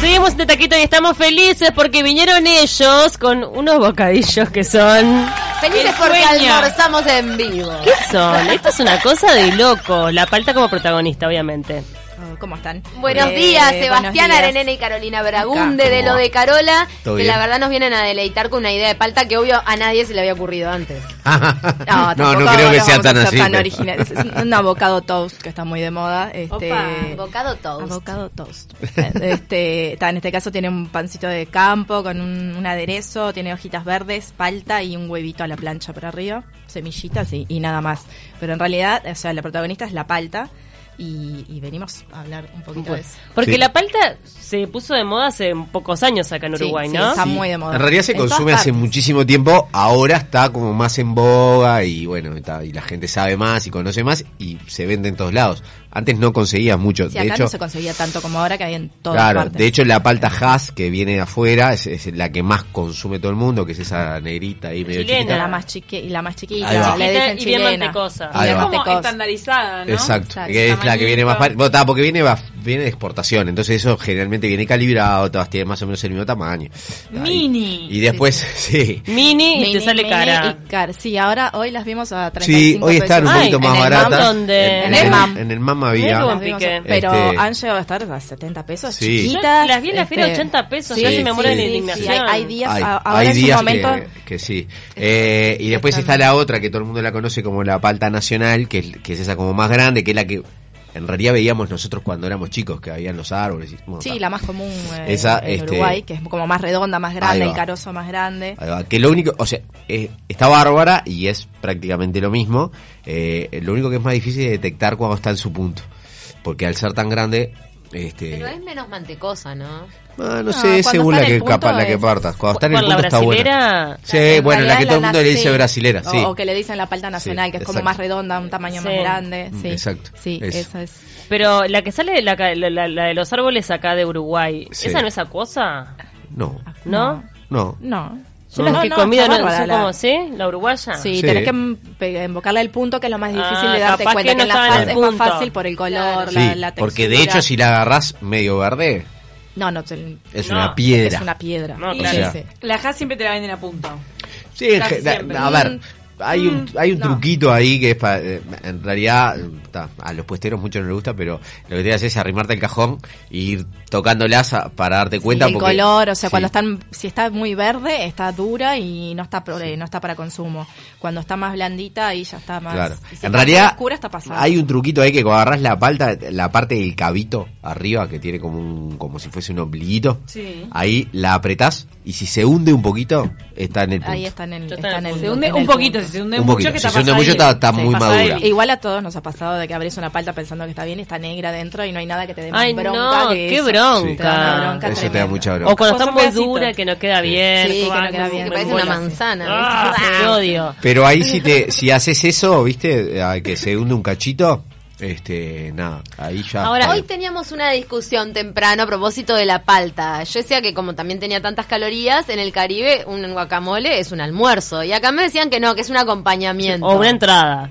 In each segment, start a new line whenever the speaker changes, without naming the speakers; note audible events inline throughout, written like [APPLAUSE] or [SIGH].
Seguimos de taquito y estamos felices porque vinieron ellos con unos bocadillos que son.
Felices
El
porque
sueño.
almorzamos en vivo.
¿Qué son? Esto es una cosa de loco. La palta como protagonista, obviamente.
Oh, ¿Cómo están?
Buenos
Eh,
días,
buenos
Sebastián
días.
Arenena y Carolina Bragunde
Acá,
de
¿cómo
lo
va?
de Carola, que
¿Todo
la
bien?
verdad nos vienen a deleitar con una idea de palta que obvio a nadie se le había ocurrido antes.
no, no,
Ah, tampoco
creo que
lo
sea
vamos a
tan
hacer
así.
Tan
pero-
original. Es es un
[LAUGHS]
avocado toast que está muy de moda. Este,
Bocado toast.
Avocado toast. Este, ta, en este caso tiene un pancito de campo con un, un aderezo, tiene hojitas verdes, palta y un huevito a la plancha por arriba, semillitas y, y nada más. Pero en realidad, o sea, la protagonista es la palta y, y venimos a hablar un poquito de eso.
Porque
Sí.
la palta se puso de moda hace pocos años acá en
Sí,
Uruguay,
sí,
¿no?
está muy de moda.
En realidad se
En todas
consume hace
partes.
muchísimo tiempo, ahora está como más en boga y bueno, está- y la gente sabe más y conoce más y se vende en todos lados. Antes no conseguías mucho,
Sí,
de
acá
hecho.
no se conseguía tanto como ahora que había en todas
Claro,
partes.
de hecho la palta Haas que viene de afuera es, es la que más consume todo el mundo, que es esa negrita ahí medio
Chilena.
Y
chiquita.
la más chiqui y la más chiquita,
Ahí va.
Chiquita
le dicen
y bien
chilena.
mantecosa.
Ahí
Y
va.
la
Es como
mantecosa.
estandarizada, ¿no?
Exacto,
Exacto.
que es la que
Tamañito.
viene más pa- bueno, está, porque viene va- viene de exportación, entonces eso generalmente viene calibrado, todas tienen más o menos el mismo tamaño. Está ahí.
Mini.
Y después, [LAUGHS] sí.
Mini y te
Mini,
sale
mini
cara.
y cara. Sí, ahora hoy las vimos a 35
Sí, hoy están un
pesos.
Ay,
poquito
en
más
el
baratas.
Mam donde-
En el Mam.
En el
En el
Mam había.
Mam.
Las vimos a-
Piqué.
Pero
Este-
han llegado a estar a 70 pesos,
Sí.
Yo
chiquitas.
las vi en la
este,
feria 80 pesos,
sí,
yo casi me
sí,
muero de la
sí, sí,
indignación.
hay, hay días,
Hay,
a-
hay
ahora en
días
su momento...
que, que sí. Eh, y después está la otra que todo el mundo la conoce como la palta nacional, que, es- que es esa como más grande, que es la que en realidad veíamos nosotros cuando éramos chicos, que había en los árboles. y- bueno,
Sí,
está.
la más común eh,
Esa,
en
este-
Uruguay, que es como más redonda, más grande,
Ahí va.
el carozo más grande.
Ahí va, Que lo único, o sea, eh, está bárbara y es prácticamente lo mismo. eh, lo único que es más difícil es detectar cuando está en su punto. Porque al ser tan grande, este,
Eh.
Pero es menos mantecosa, ¿no?
Ah, no
No,
sé,
cuando
según
está en
la que,
el punto
capa- la que
es-
partas. Cuando está en el
¿Cuál, la
punto está buena.
brasilera?
Sí,
En
bueno, la
realidad
que
es
todo el mundo le dice
sí.
brasilera,
O-
sí.
O, que le dicen la palta nacional,
Sí,
que es como
exacto.
más redonda, un tamaño
Sí.
más grande.
Mm,
Sí,
exacto,
Sí,
eso.
eso es.
Pero la que sale, la, ca- la, la- la de los árboles acá de Uruguay,
Sí.
¿esa no es acuosa?
No,
¿No.
no.
No.
Yo
No,
las que he
no,
comido,
está
no,
bárbara
son
la-
como, ¿sí? ¿La uruguaya?
Sí,
Sí.
tenés que em- pe- embocarle el punto, que es lo más difícil
Ah,
de darte
capaz
cuenta.
que
Que,
no
en la
estaba
faz
en
es
el
más
punto.
fácil por el color,
Sí,
la, la
porque de
textura.
hecho si la agarrás medio verde,
No, no, te-
es
No,
una piedra.
es una piedra.
No,
Sí,
claro.
sí.
La Haas siempre te la venden a punta.
Sí, en
Casi
ge- da-
siempre.
a ver, hay un, hay un
no.
truquito ahí que es pa- eh, en realidad eh, ta, a los puesteros mucho no les gusta, pero lo que te haces es arrimarte el cajón e ir tocándolas a- para darte cuenta.
Y el
porque-
color, o sea,
sí.
cuando están, si está muy verde, está dura y no está pro- eh, no está para consumo. Cuando está más blandita, ahí ya está más.
Claro.
y si
en
está muy
realidad
oscura está pasada.
hay un truquito ahí que cuando agarras la palta, la parte del cabito arriba que tiene como un, como si fuese un ombliguito,
Sí.
ahí la apretás y si se hunde un poquito está en el punto.
Ahí está en el.
Yo
está en el-
Se hunde
en
un
el
poquito,
punto.
si se hunde
un
mucho,
poquito.
que
Si
está
se hunde mucho está,
pasadita.
está
Sí,
muy
pasadita.
madura.
E Igual a todos nos ha pasado de que abrís una palta pensando que está bien y está negra adentro y no hay nada que te dé más
Ay,
bronca.
no,
que
qué
eso.
bronca.
Te da una bronca
Eso te da
tremenda.
mucha bronca.
O cuando
O
está
son
muy
pedacitos.
dura, que no queda bien. "Ah,
Sí, que no
ay,
queda bien.
Que
Bien,
parece una
bola, sí.
manzana.
Ah,
¿viste?
qué odio.
Pero ahí si te si haces eso, ¿viste? A que se hunde un cachito, este nada, ahí ya.
Ahora-
Hoy teníamos una discusión temprano a propósito de la palta. Yo decía que como también tenía tantas calorías, en el Caribe un guacamole es un almuerzo. Y acá me decían que no, que es un acompañamiento.
O una entrada.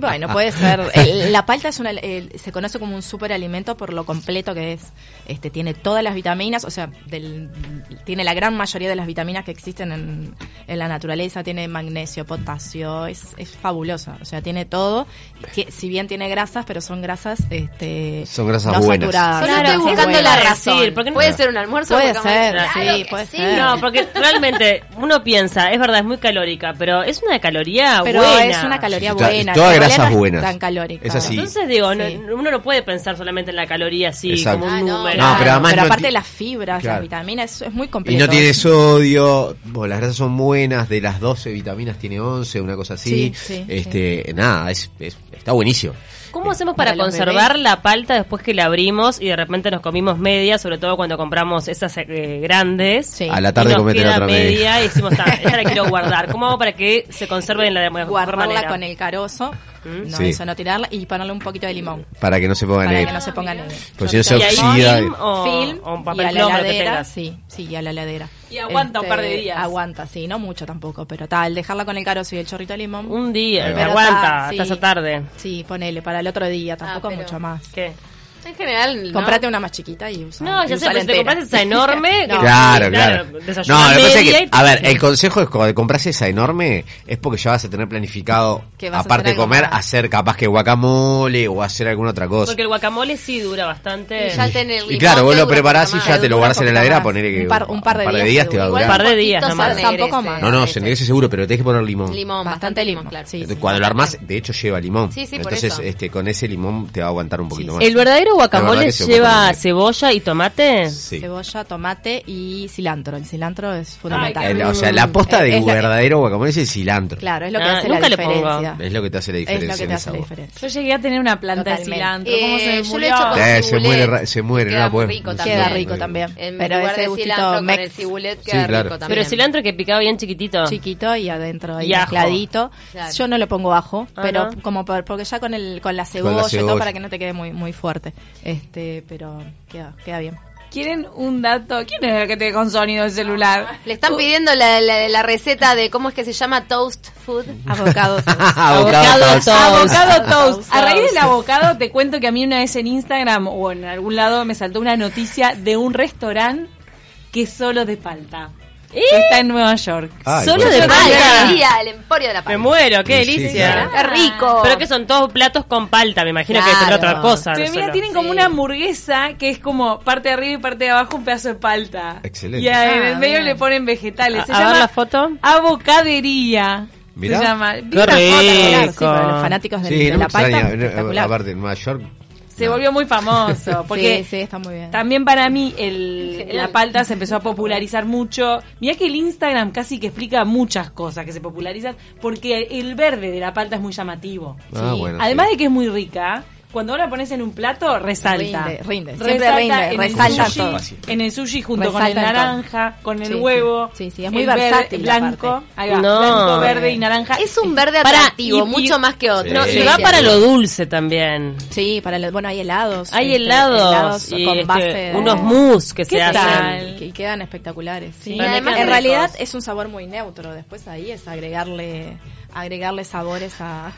Bueno, puede ser. El- la palta es una, el- se conoce como un superalimento por lo completo que es. Este, tiene todas las vitaminas, o sea, del- tiene la gran mayoría de las vitaminas que existen en, en la naturaleza. Tiene magnesio, potasio, es, es fabulosa. O sea, tiene todo. Ti- si bien tiene grasas, pero son grasas, este,
Son grasas
no
buenas.
saturadas.
Solo
Son
Claro,
estoy
grasas
buscando
buenas.
la
Bueno,
razón.
decir, ¿por qué no-
Puede ser un almuerzo.
Puede
guacamole?
ser,
Claro
sí,
que
puede
sí.
ser.
No, [LAUGHS] porque realmente uno piensa, es verdad, es muy calórica, pero es una caloría
Pero
buena.
es una caloría
Sí, sí, está-
buena.
todas
en realidad
grasas
no es
buenas.
Tan calórica.
Es así.
Entonces digo, no-
Sí.
uno no puede pensar solamente en la caloría así,
Exacto.
como un
Ah, no.
número.
No, pero además no
aparte
ti-
las fibras,
Claro.
las vitaminas, es, es muy
Y
completo.
no tiene sodio, bueno, las grasas son buenas, de las 12 vitaminas tiene 11, una cosa así.
Sí, sí,
este, nada, es, es- está buenísimo.
¿Cómo hacemos para,
Para los
conservar
bebés.
la palta después que la abrimos y de repente nos comimos media, sobre todo cuando compramos esas eh, grandes?
Sí.
A la
Y
tarde
nos
cometen
queda
otra media.
y decimos,
[LAUGHS]
"Ta, esta la quiero guardar. ¿Cómo hago para que se conserve en la de mejor
guardarla
manera? ¿Mm?
con el carozo, no
Sí.
eso no tirarla y ponerle un poquito de limón
Para que no se pongan
para
negro.
que no se ponga negro.
Porque Pues si no se
¿Y ahí
oxida.
film o,
Film
o un
y
papel
a la
plomo, lo que
heladera,
tengas?
sí, sí, y a la heladera. Este,
Y aguanta un par de días.
Aguanta, sí, no mucho tampoco, pero tal, dejarla con el carozo y el chorrito de limón.
Un día,
Ahí va.
aguanta
Pero ta,
hasta
sí.
esa tarde. Ah,
Sí, ponele para el otro día, tampoco
pero-
mucho más.
¿Qué?
En general, no.
Comprate una más chiquita y usa.
No, ya
y
sé,
úsala
pero si te
entera.
compras esa [LAUGHS] enorme.
No.
que-
Claro, claro.
desayuno
No, lo que pasa es
media
que,
y-
a ver, el consejo es cuando compras esa enorme, es porque ya vas a tener planificado,
Que vas a
aparte de
hacer algo
comer,
más.
hacer capaz que guacamole o hacer alguna otra cosa.
Porque el guacamole sí dura bastante.
Y ya tenés
Y claro, vos
limón,
lo
te dura
preparás y
poquito
ya
más.
te lo
Dura
guardás en
poquito
la heladera,
más.
poner que
Un par- un par de días te
te va a
dura.
durar.
Un par de días
Poquito
nomás.
se
Tampoco
merece.
más.
No, no, se enriquece seguro, pero tenés que poner limón.
Limón, bastante limón, claro.
Sí,
Entonces,
sí.
cuando lo armás, de hecho lleva limón.
Sí, sí, por
Entonces,
eso.
este con ese limón te va a aguantar un poquito
Sí,
más.
¿El verdadero
pues. La
guacamole
verdad que sí,
lleva
guacamole.
cebolla y tomate?
Sí.
Cebolla, tomate y cilantro. El cilantro es fundamental.
Ay,
El- o sea, la aposta
Es-
de
es la-
verdadero guacamole es el cilantro.
Claro, es lo que
Ah,
hace
nunca
la
le pongo.
diferencia.
Es lo que te hace la
Es
diferencia
lo que
en
te
el
hace la
sabor.
diferencia.
Yo llegué a tener una planta
Totalmente.
de cilantro. ¿Cómo
Eh,
se me
yo
murió?
lo he hecho con-
Eh, se
cibulet.
muere, ra- se muere,
Queda
no, pues.
rico también.
Queda rico también.
En
pero
lugar
ese
de
gustito
cilantro con el
mex
cibulet
Sí,
queda
claro.
rico también.
Pero el cilantro que picaba bien chiquitito.
chiquito y adentro ahí
Ah. Y ajo.
mezcladito.
Claro.
Yo no le pongo ajo,
Ah,
pero
¿no?
como por- porque ya con el con la cebolla,
Con la
y
cebolla.
todo para que no te quede muy muy fuerte. Este, pero queda queda bien.
¿Quieren un dato? ¿Quién es el que te con sonido el celular?
Le están pidiendo la, la- la receta de cómo es que se llama toast food. [LAUGHS] Ah,
Avocado.
[LAUGHS]
[LAUGHS]
Abocado
Abocado
toast.
toast.
Avocado toast. A raíz del avocado te cuento que a mí una vez en Instagram o en algún lado me saltó una noticia de un restaurante que es solo de palta. Que está en Nueva York.
Ay,
Solo
bueno.
de
Ah, la
palta.
galería, el emporio de la
Me
palta.
muero, qué
Sí, sí,
delicia.
claro.
¡Qué rico!
Pero que son todos platos con palta, me imagino que
Claro.
tendrá otra cosa.
Pero
no
mira,
solo.
tienen como
Sí.
una hamburguesa que es como parte de arriba y parte de abajo un pedazo de palta.
Excelente.
Y en
Ah,
el medio
bien.
le ponen vegetales.
A-
Se
a ver
llama
la foto.
Abocadería.
Mirá.
Se llama.
Qué
Claro, sí,
rico.
para los fanáticos del-
Sí,
de
no me
la palta.
extraña. eh,
espectacular.
Aparte, en Nueva York. ah,
Se
no.
volvió muy
[LAUGHS]
famoso. Porque
sí, sí, está muy bien.
También para mí el,
Genial.
la palta se empezó a popularizar mucho. Mirá que el Instagram casi que explica muchas cosas que se popularizan porque el verde de la palta es muy llamativo.
Ah, bueno,
Además
sí.
de que es muy rica, cuando ahora pones en un plato resalta.
Rinde, rinde. Siempre rinde,
en el
resalta
sushi,
todo.
En el sushi junto
Resalta
con
en
el
todo.
naranja, con el
Sí, sí.
huevo.
Sí, sí, es muy
el verde,
versátil,
blanco,
aparte.
ahí va,
No.
blanco, verde y naranja.
Es un verde
Pará,
atractivo,
y- y-
mucho más que otro.
No,
Sí.
y va para lo dulce también.
Sí, para los, bueno, hay helados.
Hay
este,
helados, y
con
este,
base de-
unos mousse que se
¿Qué
hacen.
Y
tal?
que quedan espectaculares. sí.
Para mí
además
quedan
en
ricos.
realidad es un sabor muy neutro. Después ahí es agregarle agregarle sabores a,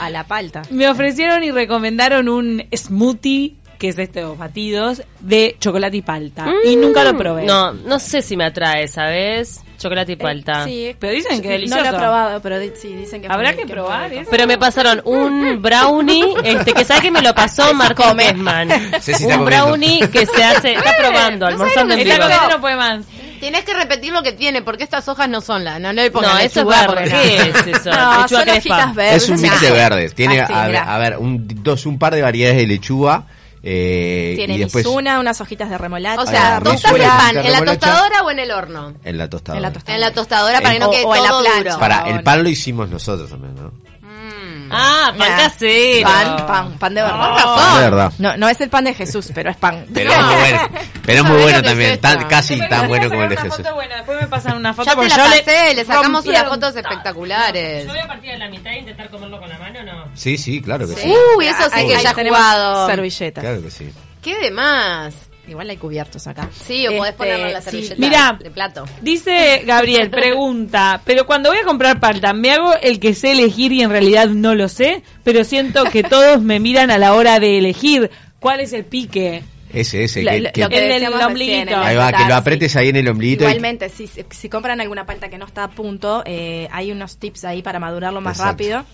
a la palta.
Me ofrecieron y recomendaron un smoothie, que es de estos batidos, de chocolate y palta.
Mm.
Y nunca lo probé.
No, no sé si me atrae, ¿sabes? Chocolate y palta.
Eh, Sí,
Pero dicen que es
No
delicioso.
lo he probado, pero di- sí, dicen que es
Habrá
muy-
que
es
probar ¿eh?
muy rico.
eso.
Pero me pasaron un brownie, este, que sabe que me lo pasó Marco
come.
Pesman.
Ceci está
Un
comiendo.
brownie que se hace, está probando,
no
almorzando
sabe
en
lo que
Esta
vivo.
es.
cosa no puede más.
Tienes que repetir lo que tiene, porque estas hojas no son las. No, no le pongan
No, eso es
lechuga,
verde.
porque
¿Qué es eso?
No,
Lechuga
son
crespa.
hojitas verdes. ah,
Es un mix de verdes. Tiene,
Así,
a, ver-
mirá.
a ver, un, dos, un par de variedades de lechuga. Eh,
Tiene
y después
mizuna, unas hojitas de remolacha.
O sea,
Ah,
tostas el
resuelta,
pan, ¿en la
remolacha.
tostadora o en el horno?
en la tostadora.
En la tostadora.
En la tostadora para que no
O-
quede
o en la
todo
plancha.
duro.
Para, el pan lo hicimos nosotros también, ¿no?
Mm.
Ah, pan
Nah.
casero.
Pan, pan, pan de verdad.
De verdad.
No, no es el pan de Jesús, pero es pan. [LAUGHS]
Pero es muy bueno, pero es muy
Sabés lo
bueno
que es
también,
esto.
tan, casi
Después
tan
me
bueno
voy a
como el de
sacar una
Jesús.
foto, bueno, después me pasan una foto
Ya te
porque
la
yo
pasé, le sacamos unas
rompieron
fotos
tanto.
espectaculares.
a partir de la mitad e intentar comerlo con la mano no?
Sí, sí, claro que sí.
Uy, eso sí
Ahí
que ya he
tenemos
jugado.
Servilletas.
Claro que sí.
¿Qué demás?
Igual hay cubiertos acá.
Sí, o podés
Este,
ponerlo en la
sí.
servilleta
Mirá.
de plato.
Dice Gabriel, pregunta, pero cuando voy a comprar palta, ¿me hago el que sé elegir y en realidad no lo sé? Pero siento que todos me miran a la hora de elegir. ¿Cuál es el pique?
Ese, ese.
Lo-
que-
lo-
que-
lo que
El del
decíamos
ombliguito.
recién, el
ahí va, que
apretar,
lo
sí.
apretes ahí en el ombliguito. y-
Igualmente, si, si compran alguna palta que no está a punto, eh, hay unos tips ahí para madurarlo más
Exacto.
rápido.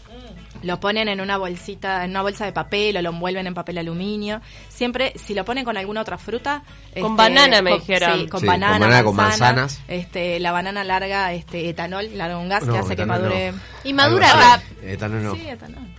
Lo ponen en una bolsita, en una bolsa de papel o lo envuelven en papel aluminio. Siempre, si lo ponen con alguna otra fruta.
Con banana, me dijeron.
Sí, con
Sí, con
banana,
banana, con
manzana,
manzanas.
Este, la banana larga, este, etanol, larga un gas
No,
que hace que
etanol no.
madure.
Y
Algo
madura
así.
rap.
Etanol no.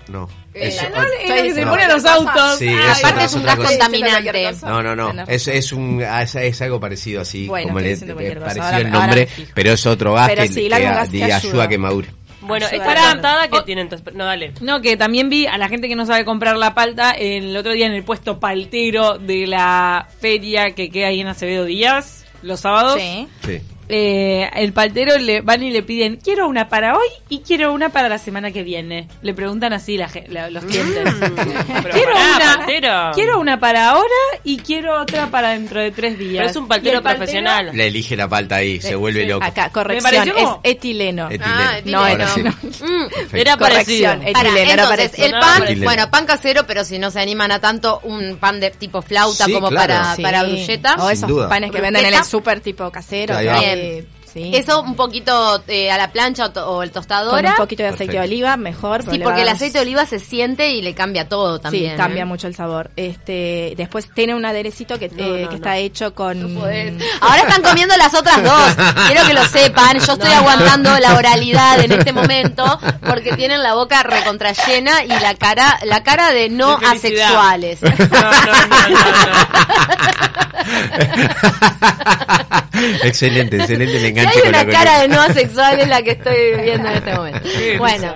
No. eh, Eso,
Etanol
Es lo que se
No.
pone a los autos.
Sí,
Ay,
eso
Aparte
no,
es un
Ah, otra
gas
cosa.
contaminante.
No, no, no.
Tenés
Es,
razón.
es, un, ah, es, es algo parecido así,
Bueno,
como
estoy
le,
diciendo cualquier cosa.
parecido
Ahora-
el nombre,
ahora me fijo.
pero es otro gas
Pero
que,
sí, el algo gas que
y ayuda
ayuda.
a que madure.
Bueno,
Ayuda.
esta cantada que tienen tus- No, dale.
No, que también vi a la gente que no sabe comprar la palta el otro día en el puesto paltero de la feria que queda ahí en Acevedo Díaz, los sábados.
Sí.
Sí.
eh, el paltero le van y le piden, quiero una para hoy y quiero una para la semana que viene. Le preguntan así la, ge- la- los clientes.
Mm. Pero
quiero,
pará,
una,
paltero.
quiero una para ahora y quiero otra para dentro de tres días.
Pero es un paltero
Y el
profesional.
Le elige la palta ahí, se vuelve loco.
Acá,
Me
corrección,
pareció
es
como-
etileno.
Etileno.
Ah,
etileno,
Ahora
no,
sí.
no.
[LAUGHS] Mm.
Era parecido.
Corrección,
Pará,
etileno, era
entonces,
parecido.
el
No,
pan,
etileno.
bueno, pan casero, pero si no se animan a tanto, un pan de tipo flauta
Sí,
como
claro.
para,
Sí.
Ah, para brulleta.
O
Sin
esos
duda.
panes que venden en
Brulleta.
el súper tipo casero.
Ahí va.
que- sí.
Eso un poquito eh, a la plancha o, to- o el
con
tostadora.
un poquito de aceite de
Perfecto.
oliva, mejor.
sí,
le
porque el
das-
aceite de oliva se siente y le cambia todo también.
sí, cambia
¿eh?
mucho el sabor. Este, después tiene un aderecito que,
No,
eh,
no, no.
que está hecho con
Ahora
[LAUGHS]
están comiendo las otras dos. Quiero que lo sepan. Yo estoy aguantando la oralidad en este momento porque tienen la boca recontrallena y la cara, la cara de no
De felicidad.
[LAUGHS] asexuales.
[LAUGHS] excelente, excelente, me
Si
engancho
hay
con
una
la
cara de
columna.
no asexual es la que estoy viendo en este momento.
Qué
Bueno,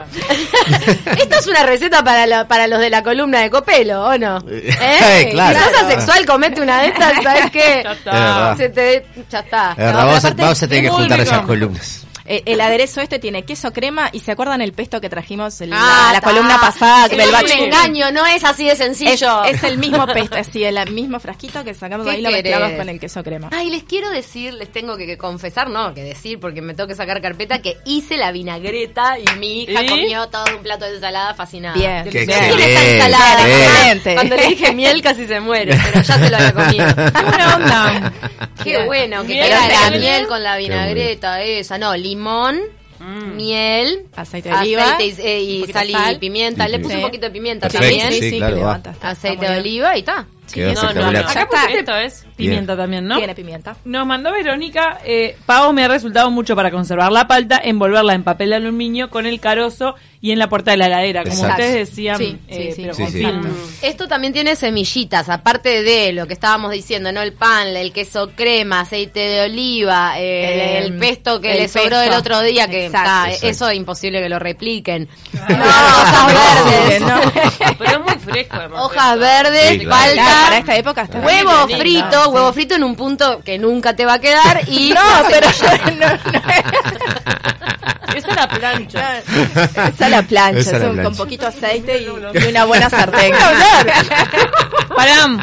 [LAUGHS] esta es una receta para, la- para los de la columna de Copelo, ¿o no? ¿Eh?
Eh, [LAUGHS] claro.
Si sos asexual, comete una de estas, [LAUGHS] ¿sabes qué?
Ya está.
Es verdad.
Se te, ya está.
Es verdad,
No,
vamos, a,
aparte-
vamos a tener que
es muy
juntar
rico.
esas columnas.
Eh, el aderezo este tiene queso crema y se acuerdan el pesto que trajimos en
Ah,
la, la
está.
columna pasada
Eso es
del
un
bache.
engaño, no es así de
Es,
sencillo.
es
[LAUGHS]
el mismo pesto, así el mismo frasquito que sacamos
¿Qué
ahí lo
querés? Ah,
mezclamos con el queso crema.
Ay, les quiero decir, les tengo que, que confesar, no, que decir, porque me tengo que sacar carpeta, que hice la vinagreta y mi hija
¿Y?
comió todo un plato de ensalada fascinada.
Ah, Bien.
¿Qué
Qué
quiere esta
excelente.
ensalada?
[LAUGHS]
Excelente.
Cuando le dije miel casi se muere, pero ya se lo había
[LAUGHS]
comido.
Buena onda.
Qué bueno que
Miel,
queda la
miel.
miel con la vinagreta esa. No, limón, miel,
Aceite Mm. de oliva,
aceite y, eh, y
un poquito
sal
de sal.
y pimienta. Le
Sí.
puse un
Sí.
poquito de pimienta
Perfecto,
también.
sí,
que
claro, va.
levanta, está
Aceite
muy
de
bien.
oliva y está.
Quedó
No, no, no.
espectacular.
Acá
Ya está.
puse esto es.
Pimienta también, ¿no?
Tiene pimienta.
Nos mandó Verónica, eh, Pavo me ha resultado mucho para conservar la palta, envolverla en papel de aluminio con el carozo y en la puerta de la heladera, como
Exacto.
ustedes decían,
Sí,
eh,
sí, sí.
pero
Sí,
con
sí.
Mm.
fin.
Esto también tiene semillitas, aparte de lo que estábamos diciendo, ¿no? El pan, el queso crema, aceite de oliva, eh, el,
El-
pesto que
el
le sobró
pesto.
del otro día, que
Exacto.
está,
Exacto.
eso es imposible que lo repliquen.
[LAUGHS] No,
verdes.
no.
Pero es muy fresco, además.
Hojas
esto.
verdes,
Sí, claro.
palta,
Claro, para esta época está
[LAUGHS] huevo
bien.
frito,
Sí.
huevo frito en un punto que nunca te va a quedar
[LAUGHS]
y... [LAUGHS] no, pero
[LAUGHS]
Esa es la plancha.
[LAUGHS] Esa es la plancha,
Esa es la
es un-
plancha.
con poquito aceite y, y una buena sartén.
Pará,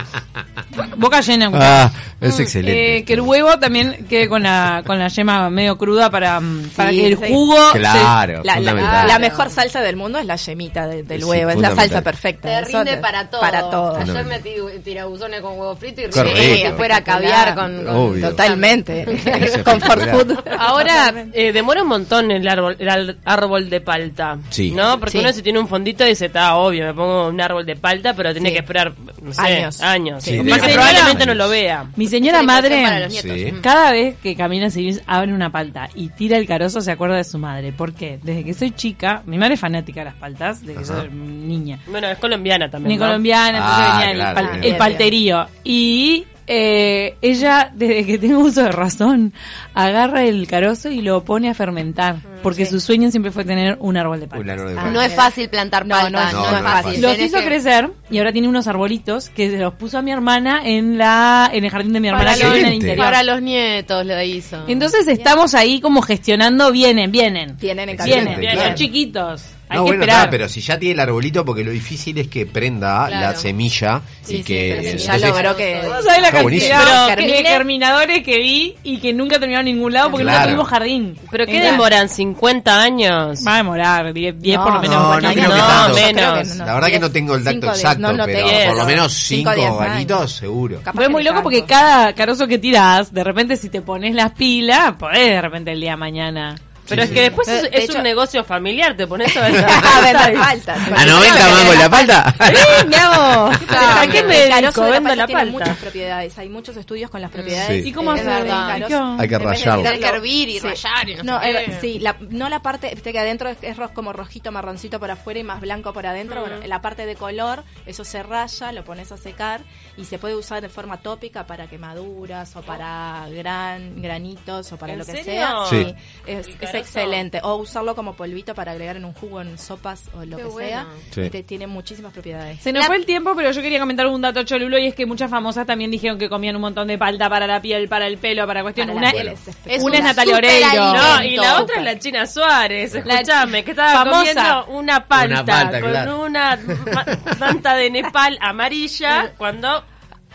boca llena.
Ah,
muchachos.
es excelente.
Eh, que el huevo también quede con la, con la yema medio cruda para, mm, para
Sí,
que el
sí.
jugo se-
Claro,
La, la-
fundamental.
la mejor salsa del mundo es la yemita de- del
Sí,
huevo, es la
fundamental.
salsa perfecta.
Te
eso
rinde
te-
para todo.
Para todo.
Ayer me tiré tirabuzones con huevo frito y
Qué
rinde como
rico.
si fuera caviar con... con-
Obvio.
[LAUGHS]
[LAUGHS]
Totalmente.
Eso
Comfort
es
food.
Ahora eh, demora un montón el árbol, el al- árbol de palta,
Sí.
¿no? Porque
Sí.
uno si tiene un fondito dice, está obvio, me pongo un árbol de palta, pero tiene
Sí.
que esperar no sé, años.
Años.
Sí,
Capaz
de-
que
Sí,
probablemente no
años.
lo vea.
Mi
Es
señora
una información para
madre, mm,
los nietos.
Sí.
cada vez que camina Silvins abre una palta y tira el carozo se acuerda de su madre. ¿Por qué? Desde que soy chica, mi madre es fanática de las paltas, desde que
Ajá.
soy niña.
Bueno, es colombiana también.
Ni
¿no?
colombiana, entonces
Ah,
venía
claro,
el, pal-
bien.
el
Bien,
palterío. Y eh, ella, desde que tengo uso de razón, agarra el carozo y lo pone a fermentar.
Mm,
Porque su sueño siempre fue tener un árbol de
Un
palta.
árbol de
No
palta.
es fácil plantar
No,
palta,
no es-
no,
no
es
es
fácil.
fácil.
Los
Tenés
hizo
que-
crecer y ahora tiene unos arbolitos que se los puso a mi hermana en la en el jardín de mi hermana
Para
que vive en el
los-
interior.
Para los nietos lo hizo.
Entonces estamos ahí como gestionando, vienen, vienen.
Tienen en
Excelente,
Vienen,
claro.
son chiquitos. Hay
No,
que
bueno,
esperar.
está, pero si ya tiene el arbolito, porque lo difícil es que prenda
Claro.
la semilla
Sí,
y
sí,
que.
pero si ya
entonces-
logró que.
No sabés la
Está buenísimo.
cantidad
Pero
de
germine.
germinadores que vi y que nunca terminaron en ningún lado porque nunca
Claro.
tuvimos jardín.
¿Pero qué
Entonces,
demoran? ¿50 años?
Va a demorar 10 por lo menos.
no,
cuatro
no
años.
creo que tanto.
menos.
La verdad que no tengo el dato exacto, pero por lo menos cinco, varitos seguro.
Fue muy loco porque
[LAUGHS]
cada carozo que tirás, de repente si te pones las pilas, podés de repente el día de mañana.
Pero
Sí,
es
sí.
que después
De-
es,
de
es
hecho-
un negocio familiar, te pones a ver.
A ver, la
[LAUGHS]
palta.
Ah,
¿A 90 mangos la palta?
¡Eh, mi [LAUGHS] amor!
Ah,
¿A qué
El
me dedico?
carozo de
Vendo
palta
la
tiene
palta. Mm.
muchas propiedades. Hay muchos estudios con las
Sí.
propiedades.
¿Y cómo
eh,
hacer?
del carozo.
Hay que
En vez de
rallarlo.
tirarlo-
Hay que hervir y
Sí.
rallar [LAUGHS] y no sé
No,
qué.
eh, sí, la- no la parte, viste que adentro es, es ro- como rojito, marroncito por afuera y más blanco por adentro. Bueno, la parte de color, eso se raya, lo pones a secar y se puede usar de forma tópica para quemaduras o para gran granitos o para
¿En
lo que
serio?
sea.
Sí.
Es,
¿Y
es es excelente. O usarlo como polvito para agregar en un jugo, en sopas o lo
Qué
que
bueno.
sea.
Sí.
Y te- tiene muchísimas propiedades.
Se nos
La-
fue el tiempo, pero yo quería comentar un dato cholulo y es que muchas famosas también dijeron que comían un montón de palta para la piel, para el pelo, para cuestión.
Para la
una
piel
es,
es espectacular.
una es
un
Natalia Oreiro.
superalimento.
No, y la otra es la China Suárez, escúchame, que estaba
famosa.
comiendo una palta,
Una palta,
con
claro.
una ma- manta de Nepal
[LAUGHS]
amarilla cuando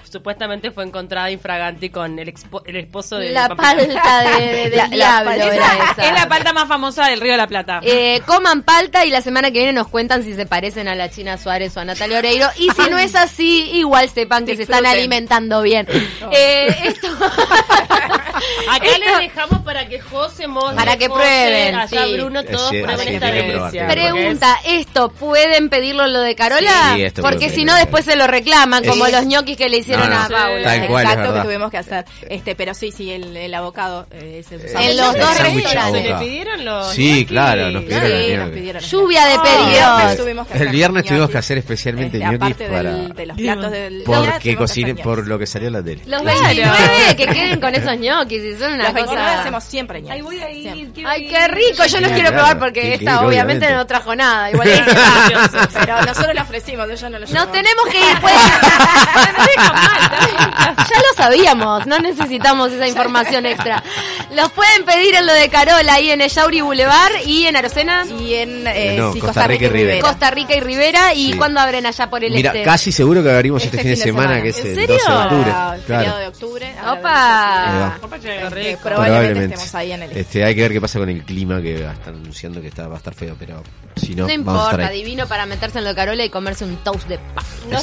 supuestamente fue encontrada infraganti con el, expo- el esposo de
La palta de, de- del
La- la
diablo
palta.
era esa.
Es la palta más famosa del Río de la Plata.
Eh, coman palta y la semana que viene nos cuentan si se parecen a la China Suárez o a Natalia Oreiro. Y si no es así, igual sepan que se están
Disfruten.
alimentando bien. Eh, esto.
Acá
Esto-
les dejamos para que José Mos-
Para que
José,
prueben,
allá
sí.
Bruno, todos
Así-
prueben
así
esta
tiene que
delicia.
probar, tiene que probar.
Pregunta, ¿esto pueden pedirlo lo de Carola?
Sí, esto
Porque
pueden
si no,
pedirlo.
después se lo reclaman,
Es-
como los ñoquis que le hicieron
No, no,
a Paula.
Ah. Tal cual, es
Exacto,
verdad.
que tuvimos que hacer. Este, pero sí, sí, el, el abocado. eh, ese
En
sándwich.
los
el
dos
sándwich
restaurantes.
a boca.
¿Se le pidieron los
Sí,
ñoquis?
claro, nos pidieron los
Sí,
ñoquis.
nos pidieron.
Lluvia de
viernes
pedidos.
tuvimos que
El
hacer
viernes tuvimos
ñoquis.
que hacer especialmente
Este,
ñoquis
aparte
para-
del- de los platos del día,
Porque
tuvimos que hacer
cocine
ñoquis.
por lo que salió en la tele.
Los
Claro.
29 que queden con esos ñoquis, y son una
Los 29
cosa.
hacemos siempre ñoquis. siempre.
Ay, qué rico, yo los
Sí,
quiero
claro,
probar porque
sí,
esta
claro,
obviamente,
obviamente.
no trajo nada. Igual es
[LAUGHS]
Pero nosotros lo ofrecimos, ellos no lo
Nos
llevaban.
tenemos que ir, pues. ya lo sabíamos, no necesitamos esa información extra. Los pueden pedir en lo de Carola ahí en Ellauri Boulevard y en Arocena,
Y en eh,
No,
sí,
Costa Rica y Rivera.
Costa Rica y Rivera. ¿Y
Sí.
cuando abren allá por el
Mira,
este?
casi seguro que abrimos este, fin de semana, que es
¿En
el
serio?
12 de octubre.
Ah, El feriado
Claro.
de octubre.
Opa.
Opa, che,
Este,
rico.
probablemente estemos ahí en el
Este, hay que ver qué pasa con el clima que están anunciando que está, va a estar feo, pero si
No
no, vamos a estar
importa,
ahí.
divino para meterse en lo de Carola y comerse un toast de pan.
No